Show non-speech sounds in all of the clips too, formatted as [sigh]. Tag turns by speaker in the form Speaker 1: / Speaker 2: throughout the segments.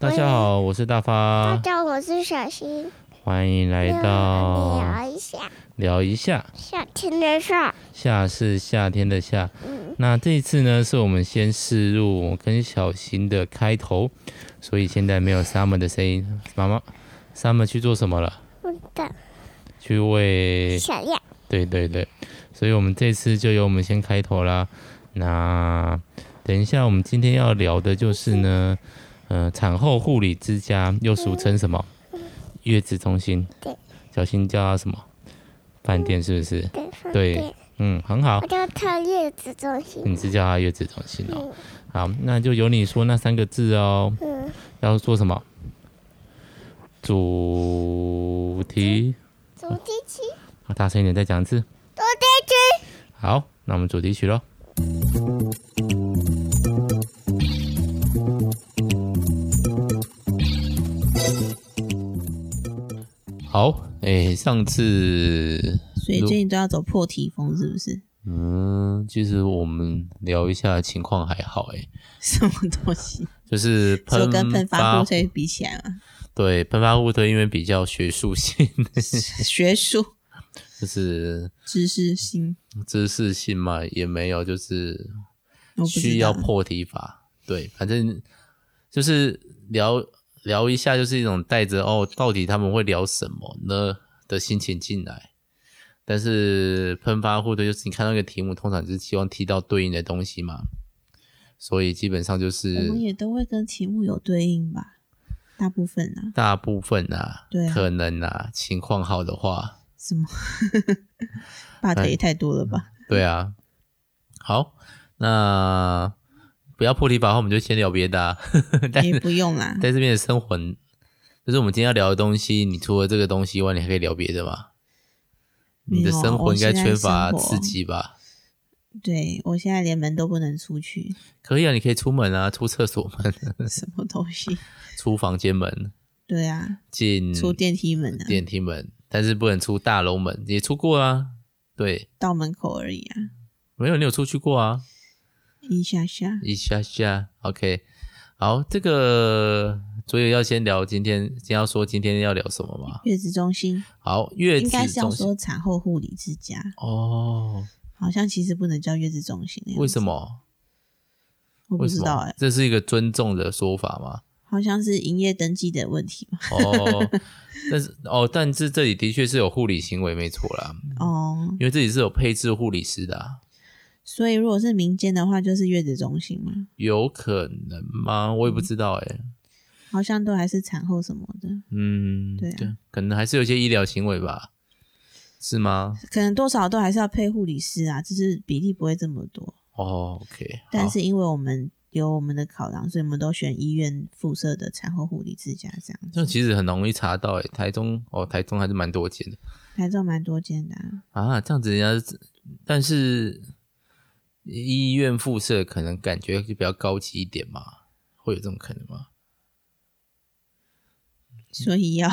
Speaker 1: 大家好，我是大
Speaker 2: 大
Speaker 1: 发，
Speaker 2: 家好，我是小新，
Speaker 1: 欢迎啊来到
Speaker 2: 聊一下
Speaker 1: 聊一下，
Speaker 2: 夏天的事儿。
Speaker 1: 夏是夏天的夏。
Speaker 2: 嗯
Speaker 1: 那这一次呢，是我们先试入我跟小新的开头，所以现在没有 Summer 的声音。妈妈，Summer 去做什么了？
Speaker 2: 我的
Speaker 1: 去喂
Speaker 2: 小亮，
Speaker 1: 对对对，所以我们这次就由我们先开头啦。那等一下，我们今天要聊的就是呢，呃，产后护理之家又俗称什么？月子中心。
Speaker 2: 对。
Speaker 1: 小新叫它什么？饭店是不是？
Speaker 2: 对饭
Speaker 1: 对
Speaker 2: 店，
Speaker 1: 嗯，很好
Speaker 2: 我，叫特叶子中
Speaker 1: 你
Speaker 2: 心。
Speaker 1: 是叫它月子中心哦。
Speaker 2: 嗯
Speaker 1: 好，那就由你说那三个字哦，
Speaker 2: 嗯，
Speaker 1: 要做什么？主题，
Speaker 2: 主题曲，
Speaker 1: 大声一点，再讲一次。
Speaker 2: 主题曲，
Speaker 1: 好，那我们主题曲喽。好，哎、上次，
Speaker 3: 所以
Speaker 1: 如
Speaker 3: 最近都要走破题风，是不是？ [laughs]
Speaker 1: 嗯，其实我们聊一下情况还好、诶
Speaker 3: 什么东西？
Speaker 1: 就是
Speaker 3: 就
Speaker 1: 喷
Speaker 3: 跟喷发
Speaker 1: 发
Speaker 3: 互吹比起来嘛，
Speaker 1: 对喷发互推，因为比较学术性， [laughs]
Speaker 3: 学术
Speaker 1: 就是
Speaker 3: 知识性，
Speaker 1: 知识性嘛，也没有，就是
Speaker 3: 我不知道
Speaker 1: 需要破题法。对，反正就是聊聊一下，就是一种带着哦，到底他们会聊什么呢的心情进来。但是喷发互对，就是你看到一个题目，通常就是希望提到对应的东西嘛，所以基本上就
Speaker 3: 我
Speaker 1: 是
Speaker 3: 们也都会跟题目有对应吧，大部分啊，
Speaker 1: 大部分啊，
Speaker 3: 对啊
Speaker 1: 可能啊，情况好的话，
Speaker 3: 什么 [laughs] 霸
Speaker 1: 哎
Speaker 3: 腿也太多了吧？
Speaker 1: 对啊。好，那不要破题法的话，我们就先聊别的、啊。 [laughs] 但是
Speaker 3: 也不用啦，
Speaker 1: 在这边的生活，就是我们今天要聊的东西。你除了这个东西以外，你还可以聊别的吗？
Speaker 3: 没有
Speaker 1: 你的生活应该缺乏
Speaker 3: 我现在生活
Speaker 1: 刺激吧？
Speaker 3: 对我现在连门都不能
Speaker 1: [laughs]
Speaker 3: 出去，
Speaker 1: 可以啊，你可以出门啊，出厕所门， [laughs]
Speaker 3: 什么东西？
Speaker 1: 出房间门，
Speaker 3: 对啊，
Speaker 1: 进
Speaker 3: 出电梯门啊，
Speaker 1: 嗯电梯门，但是不能出大楼门。也出过啊，对，
Speaker 3: 到门口而已啊，
Speaker 1: 没有你有出去过啊，
Speaker 3: 一下下。
Speaker 1: 一下下，OK。好，这个所以要先聊今天，先要说今天要聊什么吗？
Speaker 3: 月子中心
Speaker 1: 好，月
Speaker 3: 应
Speaker 1: 子
Speaker 3: 该是要
Speaker 1: 中心
Speaker 3: 说产后护理之家，
Speaker 1: 哦，
Speaker 3: 好像其实不能叫月子中心。
Speaker 1: 为什？么？
Speaker 3: 我不
Speaker 1: 为什
Speaker 3: 知
Speaker 1: 么
Speaker 3: 道哎、
Speaker 1: 这是一个尊重的说法
Speaker 3: [laughs]
Speaker 1: 吗？
Speaker 3: 好像是营业登记的问题吧？
Speaker 1: 哦，但是哦，但是这里的确是有护理行为，没错啦，
Speaker 3: 哦，
Speaker 1: 因为这里是有配置护理师的啊、
Speaker 3: 所以如果是民间的话，就是月子中心嘛，
Speaker 1: 有可能吗？我也不知道哎、
Speaker 3: 好像都还是产后什么的，
Speaker 1: 嗯，
Speaker 3: 对啊
Speaker 1: 可能还是有一些医疗行为吧，是吗？
Speaker 3: 可能多少都还是要配护理师啊，只是比例不会这么多。
Speaker 1: 哦，OK，好
Speaker 3: 但是因为我们有我们的考量，所以我们都选医院附设的产后护理之家这样
Speaker 1: 这
Speaker 3: 子
Speaker 1: 样。其实很容易查到哎、台中哦，台中还是蛮多间的
Speaker 3: 台中蛮多间的、啊，
Speaker 1: 啊，这样子人家是，但是医院附设可能感觉就比较高级一点嘛，会有这种可能吗？
Speaker 3: 所以要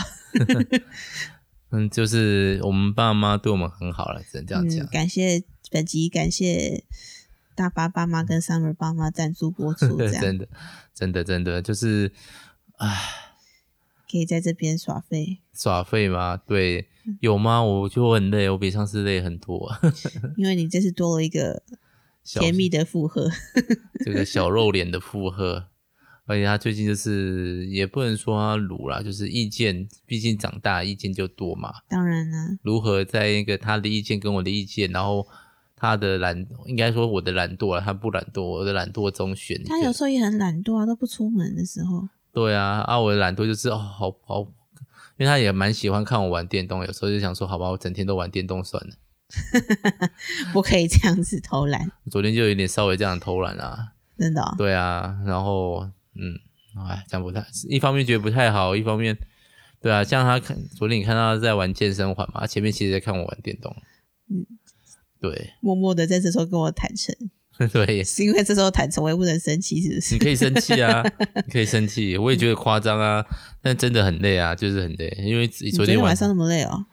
Speaker 1: 嗯，就是我们爸妈对我们很好了，只能这样讲
Speaker 3: 嗯、。感谢本集感谢大发爸妈
Speaker 1: [laughs]
Speaker 3: 跟 Summer 爸妈赞助播出，这样
Speaker 1: 真的，真的，真的，就是，唉，
Speaker 3: 可以在这边耍废。
Speaker 1: 耍废吗？对，
Speaker 3: 嗯
Speaker 1: 有吗？我就很累，我比上次累很多。 [laughs]
Speaker 3: 因为你这次多了一个
Speaker 1: 小
Speaker 3: 甜蜜的负荷，
Speaker 1: 这个小肉脸的负荷，而且他最近就是也不能说他鲁啦，就是意见，毕竟长大意见就多嘛。
Speaker 3: 当然啊啦、
Speaker 1: 如何在一个他的意见跟我的意见，然后他的懒，应该说我的懒惰啊，他不懒惰，我的懒惰中选一个。
Speaker 3: 他有时候也很懒惰啊，都不出门的时候，
Speaker 1: 对啊，啊，我的懒惰就是哦，好好，因为他也蛮喜欢看我玩电动，有时候就想说，好吧，我整天都玩电动算了。
Speaker 3: 不可以这样子偷懒，
Speaker 1: 昨天就有点稍微这样偷懒啊，
Speaker 3: 真的、哦。
Speaker 1: 对啊，然后嗯，哎，这样不太，一方面觉得不太好，一方面，对啊，像他看昨天你看到他在玩健身环嘛，他前面其实在看我玩电动，
Speaker 3: 嗯，
Speaker 1: 对 [laughs]
Speaker 3: 默默的在这时候跟我坦诚，
Speaker 1: 对，
Speaker 3: 是因为这时候坦诚我也不能生气，是不
Speaker 1: 你
Speaker 3: 是？
Speaker 1: 可以生气
Speaker 3: [laughs]
Speaker 1: 啊，你可以生气，我也觉得夸张啊，但真的很累啊，就是很累，因为
Speaker 3: 你
Speaker 1: 昨天晚
Speaker 3: 晚上那么累哦，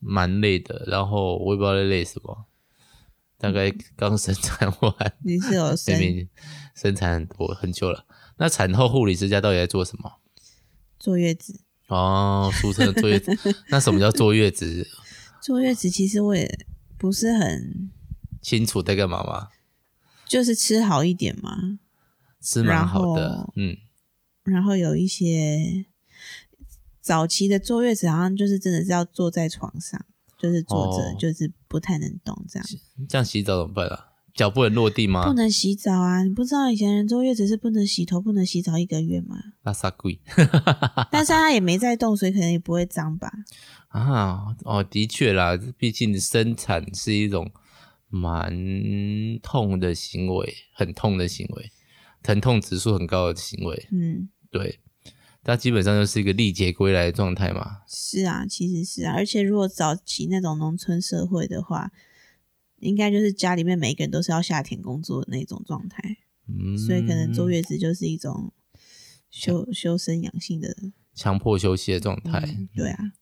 Speaker 1: 蛮累的，然后我也不知道在累什么，大概刚生产完，
Speaker 3: 你
Speaker 1: [laughs]
Speaker 3: 是有生
Speaker 1: 明明生产很多很久了。那产后护理之家到底在做什么？
Speaker 3: 坐月子。
Speaker 1: 哦，俗称的坐月子。那什么叫坐月子？
Speaker 3: 坐月子其实我也不是很，
Speaker 1: 清楚在干嘛吗？
Speaker 3: 就是吃好一点嘛，
Speaker 1: 是蛮好
Speaker 3: 然
Speaker 1: 的
Speaker 3: 后，
Speaker 1: 嗯，
Speaker 3: 然后有一些早期的坐月子好像就是真的是要坐在床上，就是坐着，
Speaker 1: 哦
Speaker 3: 就是不太能动这样，
Speaker 1: 这样洗澡怎么办啊？脚不能落地吗
Speaker 3: 不？能洗澡啊！你不知道以前人坐月子是不能洗头、不能洗澡一个月
Speaker 1: [laughs]
Speaker 3: 吗？
Speaker 1: 那啥鬼
Speaker 3: 但是他也没在动，所以可能也不会脏吧。
Speaker 1: 啊？哦，的确啦，毕竟生产是一种蛮痛的行为，很痛的行为，疼痛指数很高的行为。
Speaker 3: 嗯，
Speaker 1: 对，它基本上就是一个历劫归来的状态嘛。
Speaker 3: 是啊，其实是啊，而且如果早期那种农村社会的话，应该就是家里面每个人都是要下田工作的那种状态，
Speaker 1: 嗯，
Speaker 3: 所以可能坐月子就是一种修修身养性的，
Speaker 1: 强迫休息的状态。
Speaker 3: 嗯对啊，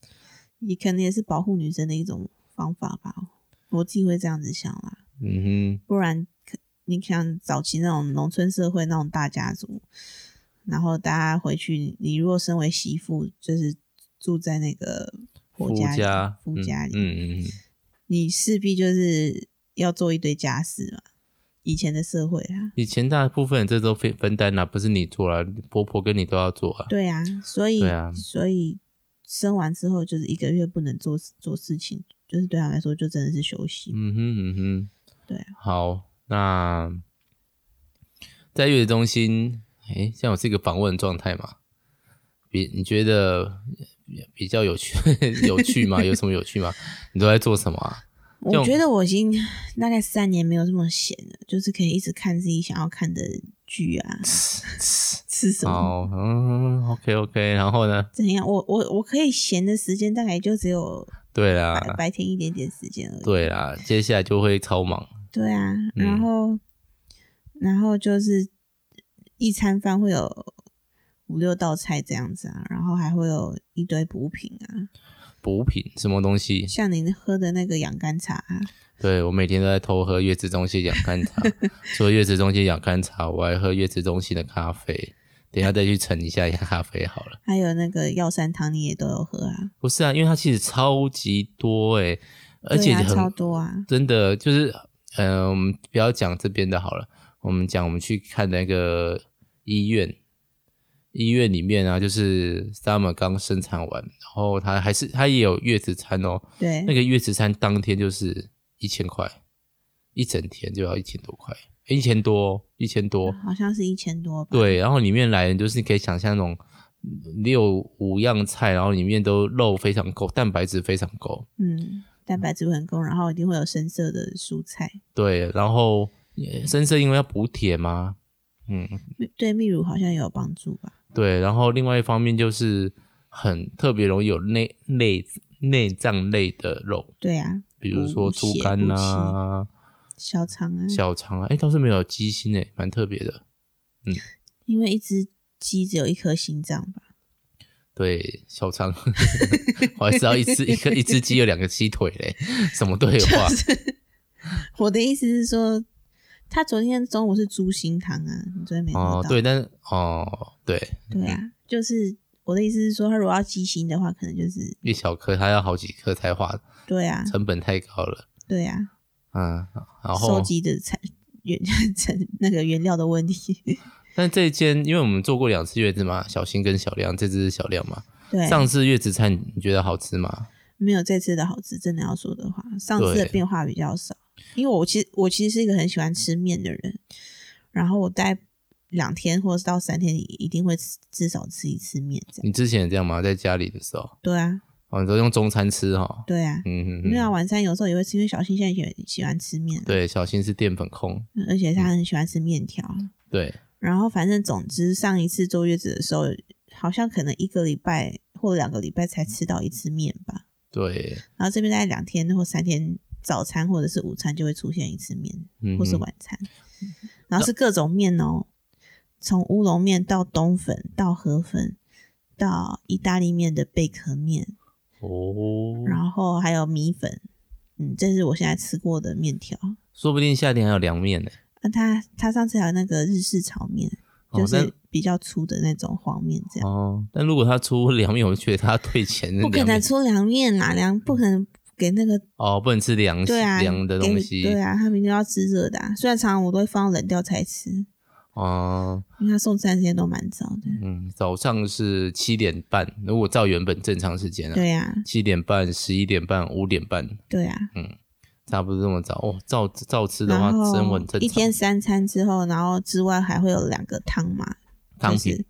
Speaker 3: 也可能也是保护女生的一种方法吧，我自己会这样子想啦，
Speaker 1: 嗯
Speaker 3: 不然可你想早期那种农村社会那种大家族，然后大家回去，你如果身为媳妇，就是住在那个
Speaker 1: 哼，
Speaker 3: 婆
Speaker 1: 夫
Speaker 3: 家里
Speaker 1: 家，
Speaker 3: 夫家里，
Speaker 1: 嗯嗯嗯嗯，
Speaker 3: 你势必就是要做一堆家事嘛。以前的社会啊，
Speaker 1: 以前大部分人这都分分担啦、不是你做啦，婆婆跟你都要做啊。
Speaker 3: 对啊，所以、
Speaker 1: 对啊
Speaker 3: 所以生完之后就是一个月不能做做事情，就是对他来说就真的是休息。
Speaker 1: 嗯哼嗯哼，
Speaker 3: 对啊，
Speaker 1: 好，那在月子中心，诶，像我是一个访问状态嘛，比你觉得比较有趣 [laughs] 有趣吗？有什么有趣吗？你都在做什么啊？这
Speaker 3: 我
Speaker 1: 种
Speaker 3: 觉得我已经 [sighs] 大概三年没有这么闲了，就是可以一直看自己想要看的剧啊，吃什么。
Speaker 1: 好，嗯，OK OK，然 [laughs] 后呢？
Speaker 3: 怎样？我我我可以闲的时间大概就只
Speaker 1: [laughs]
Speaker 3: 有
Speaker 1: 对
Speaker 3: 白、
Speaker 1: 啦，
Speaker 3: 白天一点点时间而已。
Speaker 1: 啊对啦，接下来就会超忙。
Speaker 3: 对啊，
Speaker 1: 嗯
Speaker 3: 然后、然后就是一餐饭会有五六道菜这样子啊，然后还会有一堆补品啊，
Speaker 1: 补品什么东西？
Speaker 3: 像您喝的那个养肝茶、啊，
Speaker 1: 对我每天都在偷喝月子中心养肝
Speaker 3: [laughs]
Speaker 1: 茶，除了月子中心养肝茶，我还喝月子中心的咖啡。等一下再去盛一下咖啡好了。
Speaker 3: 还有那个药膳汤，你也都有喝啊，
Speaker 1: 不是啊，因为它其实超级多诶、而且
Speaker 3: 对啊、
Speaker 1: 很、
Speaker 3: 超多啊，
Speaker 1: 真的就是，嗯、我们不要讲这边的好了，我们讲我们去看那个医院，医院里面啊，就是 Summer 刚生产完，然后他还是他也有月子餐哦，
Speaker 3: 对
Speaker 1: 那，个月子餐当天就是一千块，一整天就要一千多块，一千多，哦一千多，
Speaker 3: 好像是一千多吧，，
Speaker 1: 对，然后里面来就是你可以想象那种嗯六五样菜，然后里面都肉非常够，蛋白质非常够，
Speaker 3: 嗯，蛋白质会很够，然后一定会有深色的蔬菜，
Speaker 1: 对，然后呃深色因为要补铁嘛，嗯，
Speaker 3: 蜜对泌乳好像也有帮助吧，
Speaker 1: 对，然后另外一方面就是很特别容易有内内内脏类的肉，
Speaker 3: 对啊，
Speaker 1: 比如
Speaker 3: 补
Speaker 1: 说猪
Speaker 3: 血
Speaker 1: 肝
Speaker 3: 补
Speaker 1: 啦、
Speaker 3: 小肠啊，
Speaker 1: 小肠啊，哎，倒是没有鸡心诶，蛮特别的。
Speaker 3: 因为一只鸡只有一颗心脏吧。 [laughs]
Speaker 1: 对，小肠， [laughs] 我还知道一只一个一只鸡有两个鸡腿嘞，什么对话？
Speaker 3: 我的意思是说，他昨天中午是猪心汤啊，你昨天没喝到？
Speaker 1: 哦，对，但是哦，对，
Speaker 3: 对啊，就是我的意思是说，他如果要鸡心的话，可能就是
Speaker 1: 一小颗它要好几颗才化，
Speaker 3: 对啊，
Speaker 1: 成本太高了。
Speaker 3: 对啊，
Speaker 1: 嗯，然后
Speaker 3: 收集的材原 [laughs] 成那个原料的问题。 [laughs]
Speaker 1: 但这一间，因为我们做过两次月子嘛，小新跟小亮，这只是小亮嘛。
Speaker 3: 对，啊
Speaker 1: 上次月子餐你觉得好吃吗？
Speaker 3: 没有这次的好吃，真的要说的话，上次的
Speaker 1: 对
Speaker 3: 变化比较少，因为我其实我其实是一个很喜欢吃面的人，然后我待两天或者到三天一定会吃至少吃一次面这样。
Speaker 1: 你之前也这样吗？在家里的时候，
Speaker 3: 对啊，
Speaker 1: 哦，你都用中餐吃哈、哦。
Speaker 3: 对啊，
Speaker 1: 嗯嗯
Speaker 3: 没有啊，
Speaker 1: 嗯。
Speaker 3: 晚餐有时候也会吃，因为小新现在喜欢喜欢吃面，
Speaker 1: 对，小新是淀粉控。
Speaker 3: 嗯，而且他很喜欢吃面条。
Speaker 1: 对，
Speaker 3: 然后反正总之，上一次坐月子的时候，好像可能一个礼拜或两个礼拜才吃到一次面吧。
Speaker 1: 对，
Speaker 3: 然后这边大概两天或三天，早餐或者是午餐就会出现一次面，
Speaker 1: 嗯哼
Speaker 3: 或是晚餐。嗯然后是各种面哦，从乌龙面到冬粉，到河粉，到意大利面的贝壳面，
Speaker 1: 哦，
Speaker 3: 然后还有米粉。嗯，这是我现在吃过的面条。
Speaker 1: 说不定夏天还有凉面呢。
Speaker 3: 啊，他他上次还有那个日式炒面，
Speaker 1: 哦
Speaker 3: 就
Speaker 1: 那
Speaker 3: 是比较粗的那种黄面这样。
Speaker 1: 哦，但如果他出凉面，我就觉得他退钱。
Speaker 3: 不可
Speaker 1: 凉
Speaker 3: 能
Speaker 1: 面
Speaker 3: 出凉面啦，凉不可能给那个
Speaker 1: 哦，不能吃凉
Speaker 3: 对啊
Speaker 1: 凉的
Speaker 3: 给
Speaker 1: 东西。
Speaker 3: 对啊，他明天要吃热的、啊。虽然常常我都会放到冷掉才吃，
Speaker 1: 哦，
Speaker 3: 因为他送餐时间都蛮早的。
Speaker 1: 嗯，早上是七点半，如果照原本正常时间啊，
Speaker 3: 对啊，
Speaker 1: 七点半、十一点半、五点半，
Speaker 3: 对啊。
Speaker 1: 差不多这么早哦。照照吃的话
Speaker 3: 然，后
Speaker 1: 真很正
Speaker 3: 一天
Speaker 1: 常。
Speaker 3: 三餐之后，然后之外还会有两个汤嘛，
Speaker 1: 汤
Speaker 3: 就
Speaker 1: 品，
Speaker 3: 是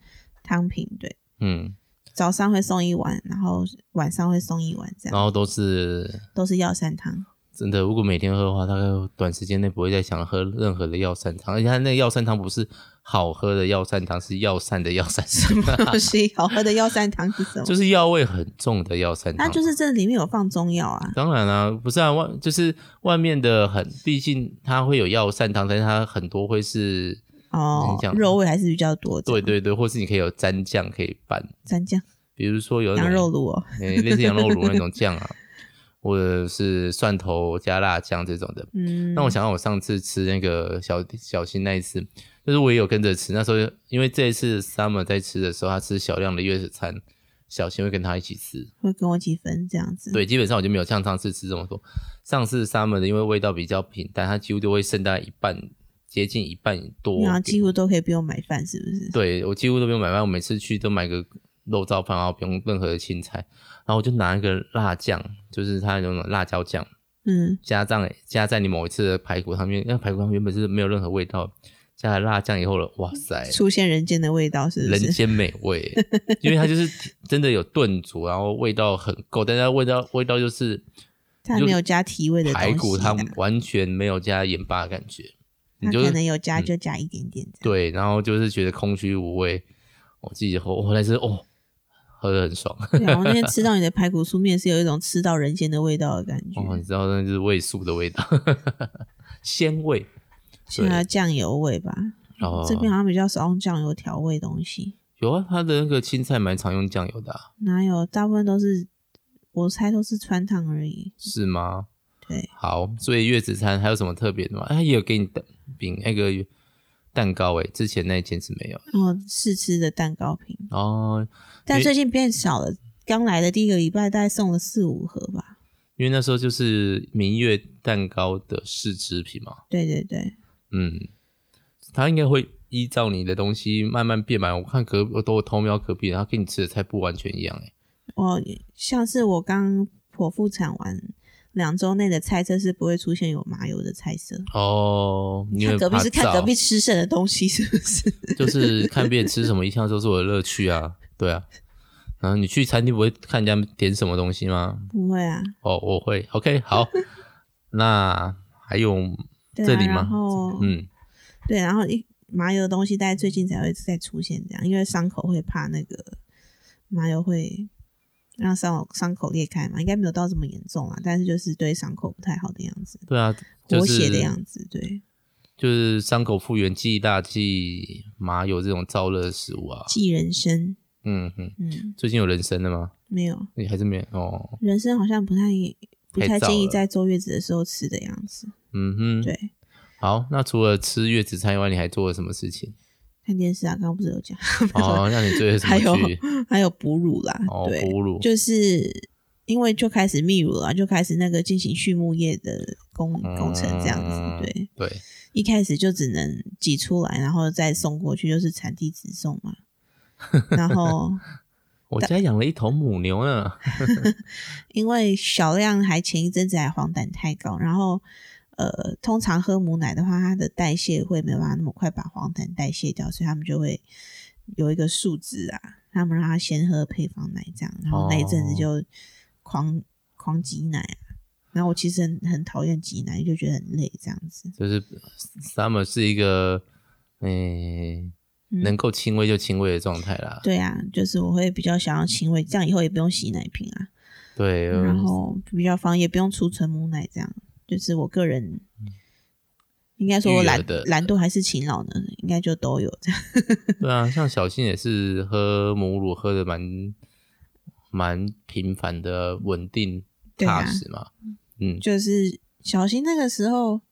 Speaker 3: 汤品对。
Speaker 1: 嗯，
Speaker 3: 早上会送一碗，然后晚上会送一碗，这
Speaker 1: 然
Speaker 3: 样
Speaker 1: 后都是
Speaker 3: 都是药
Speaker 1: [laughs]
Speaker 3: 膳汤。 [laughs]
Speaker 1: 真的。如果每天喝的话，大概短时间内不会再想喝任何的药膳汤，而且它那个药膳汤不是好喝的药膳汤，是药膳的药膳
Speaker 3: 什么
Speaker 1: 汤，啊
Speaker 3: 东西？好喝的药膳汤是什
Speaker 1: [laughs]
Speaker 3: 么？
Speaker 1: 就是药味很重的药膳汤。
Speaker 3: 那就是这里面有放中药啊。
Speaker 1: 当然啦、不是啊，外就是外面的很，毕竟它会有药膳汤，但是它很多会是，
Speaker 3: 哦
Speaker 1: 你讲，
Speaker 3: 肉味还是比较多的。
Speaker 1: 对对对，或是你可以有蘸酱可以拌，
Speaker 3: 蘸酱、
Speaker 1: 比如说有那
Speaker 3: 羊
Speaker 1: 种
Speaker 3: 肉卤哦，
Speaker 1: 诶类似羊肉炉那种酱啊，或者是蒜头加辣酱这种的。
Speaker 3: 嗯，
Speaker 1: 那我想到我上次吃那个小小新那一次，就是我也有跟着吃。那时候因为这一次 Summer 在吃的时候，他吃小量的月子餐，小新会跟他一起吃。
Speaker 3: 嗯会跟我一起分这样子。
Speaker 1: 对，基本上我就没有像上次吃这么多。上次 Summer 的因为味道比较平淡，它几乎都会剩大概一半，接近一半多给我。
Speaker 3: 然后嗯啊几乎都可以不用买饭，是不是？
Speaker 1: 对我几乎都不用买饭，我每次去都买个肉燥饭，然后不用任何的青菜，然后我就拿一个辣酱，就是它有那种辣椒酱，
Speaker 3: 嗯，
Speaker 1: 加上加在你某一次的排骨上面，那排骨上原本是没有任何味道，加了辣酱以后了，哇塞，
Speaker 3: 出现人间的味道，是不
Speaker 1: 人
Speaker 3: 是？
Speaker 1: 间美
Speaker 3: [laughs]
Speaker 1: 味，因为它就是真的有炖煮，然后味道很够，但是它味道味道就是
Speaker 3: 它没有加提味的东西啊
Speaker 1: 排骨，它完全没有加盐巴的感觉，你
Speaker 3: 它
Speaker 1: 就是嗯
Speaker 3: 可能有加就加一点点这样。
Speaker 1: 对，然后就是觉得空虚无味。我自己喝，我来是哦，喝的很爽。
Speaker 3: 对啊，我那天吃到你的排骨酥面，是有一种吃到人间的味道的感觉，
Speaker 1: 哦，你知道那就是味素的味道， [laughs] 鲜味。
Speaker 3: 是它酱油味吧？
Speaker 1: 哦，
Speaker 3: 这边好像比较少用酱油调味东西，
Speaker 1: 有啊，它的那个青菜蛮常用酱油的、啊，
Speaker 3: 哪有？大部分都是我猜都是川烫而已。
Speaker 1: 是吗？
Speaker 3: 对，
Speaker 1: 好，所以月子餐还有什么特别的吗？它啊也有给你蛋饼那个蛋糕诶，之前那一间是没有的
Speaker 3: 然后试吃的蛋糕品，
Speaker 1: 哦，
Speaker 3: 但
Speaker 1: 因为
Speaker 3: 最近变少了。刚来的第一个礼拜，大概送了四五盒吧。
Speaker 1: 因为那时候就是明月蛋糕的试吃品嘛，
Speaker 3: 对对对，
Speaker 1: 嗯，它应该会依照你的东西慢慢变满。我看隔我都偷瞄隔壁的，他跟你吃的菜不完全一样诶。欸
Speaker 3: 我像是我刚剖腹产完两周内的菜色是不会出现有麻油的菜色。
Speaker 1: 哦，因为
Speaker 3: 看隔壁
Speaker 1: 怕
Speaker 3: 是看
Speaker 1: 燥 [laughs]
Speaker 3: 隔壁吃剩的东西，是不是？ [laughs]
Speaker 1: 就是看别人吃什么，一向都是我的乐趣啊。对啊，然后你去餐厅不会看人家点什么东西吗？
Speaker 3: 不会啊，
Speaker 1: 哦，我会。OK，好， [laughs] 那还有
Speaker 3: 对啊。
Speaker 1: 这里吗
Speaker 3: 然后，
Speaker 1: 嗯，
Speaker 3: 对，然后一麻油的东西，大概最近才会再出现这样，因为伤口会怕那个麻油会让伤口伤口裂开嘛，应该没有到这么严重啊，但是就是对伤口不太好的样子，
Speaker 1: 对啊，就
Speaker 3: 活
Speaker 1: 是
Speaker 3: 血的样子，对，
Speaker 1: 就是伤口复原剂、大剂、麻油这种燥热的食物啊。
Speaker 3: 忌人参，
Speaker 1: 嗯嗯，
Speaker 3: 嗯，
Speaker 1: 最近有人参了吗？
Speaker 3: 没有，
Speaker 1: 你还是没有哦。
Speaker 3: 人参好像不太不
Speaker 1: 太
Speaker 3: 太
Speaker 1: 燥
Speaker 3: 建议
Speaker 1: 了
Speaker 3: 在坐月子的时候吃的样子，
Speaker 1: 嗯哼，
Speaker 3: 对，
Speaker 1: 好，那除了吃月子餐以外，你还做了什么事
Speaker 3: [laughs]
Speaker 1: 情？
Speaker 3: 看电视啊，刚刚不是有讲， [laughs]
Speaker 1: 哦，那你追了什
Speaker 3: 还有
Speaker 1: 么剧？
Speaker 3: 还有哺乳啦，
Speaker 1: 哦，
Speaker 3: 对，
Speaker 1: 哺乳。
Speaker 3: 就是因为就开始泌乳了啊，就开始那个进行畜牧业的工工程这样
Speaker 1: 嗯
Speaker 3: 子。对，
Speaker 1: 对，
Speaker 3: 一开始就只能挤出来，然后再送过去，就是产地直送嘛。然后
Speaker 1: 我家养了一头母牛呢。
Speaker 3: 因为小量还前一阵子还黄疸太高，然后呃，通常喝母奶的话，它的代谢会没有办法那么快把黄疸代谢掉，所以他们就会有一个数值啊，他们让它先喝配方奶这样，然后那一阵子就狂、狂挤奶啊。然后我其实很很讨厌挤奶，就觉得很累这样子。
Speaker 1: 就是 Summer 是一个，嗯、
Speaker 3: 嗯
Speaker 1: 能够亲喂就亲喂的状态啦。
Speaker 3: 对啊，就是我会比较想要亲喂，这样以后也不用洗奶瓶啊，
Speaker 1: 对，
Speaker 3: 然
Speaker 1: 嗯
Speaker 3: 后比较方便，也不用储存母奶，这样就是我个人。应该说我
Speaker 1: 嗯育
Speaker 3: 懒
Speaker 1: 儿的
Speaker 3: 懒惰还是勤劳呢，应该就都有这样。 [laughs]
Speaker 1: 对啊，像小新也是喝母乳喝的蛮蛮频繁的，稳定
Speaker 3: 对啊
Speaker 1: 踏实嘛。嗯，
Speaker 3: 就是小新那个时候，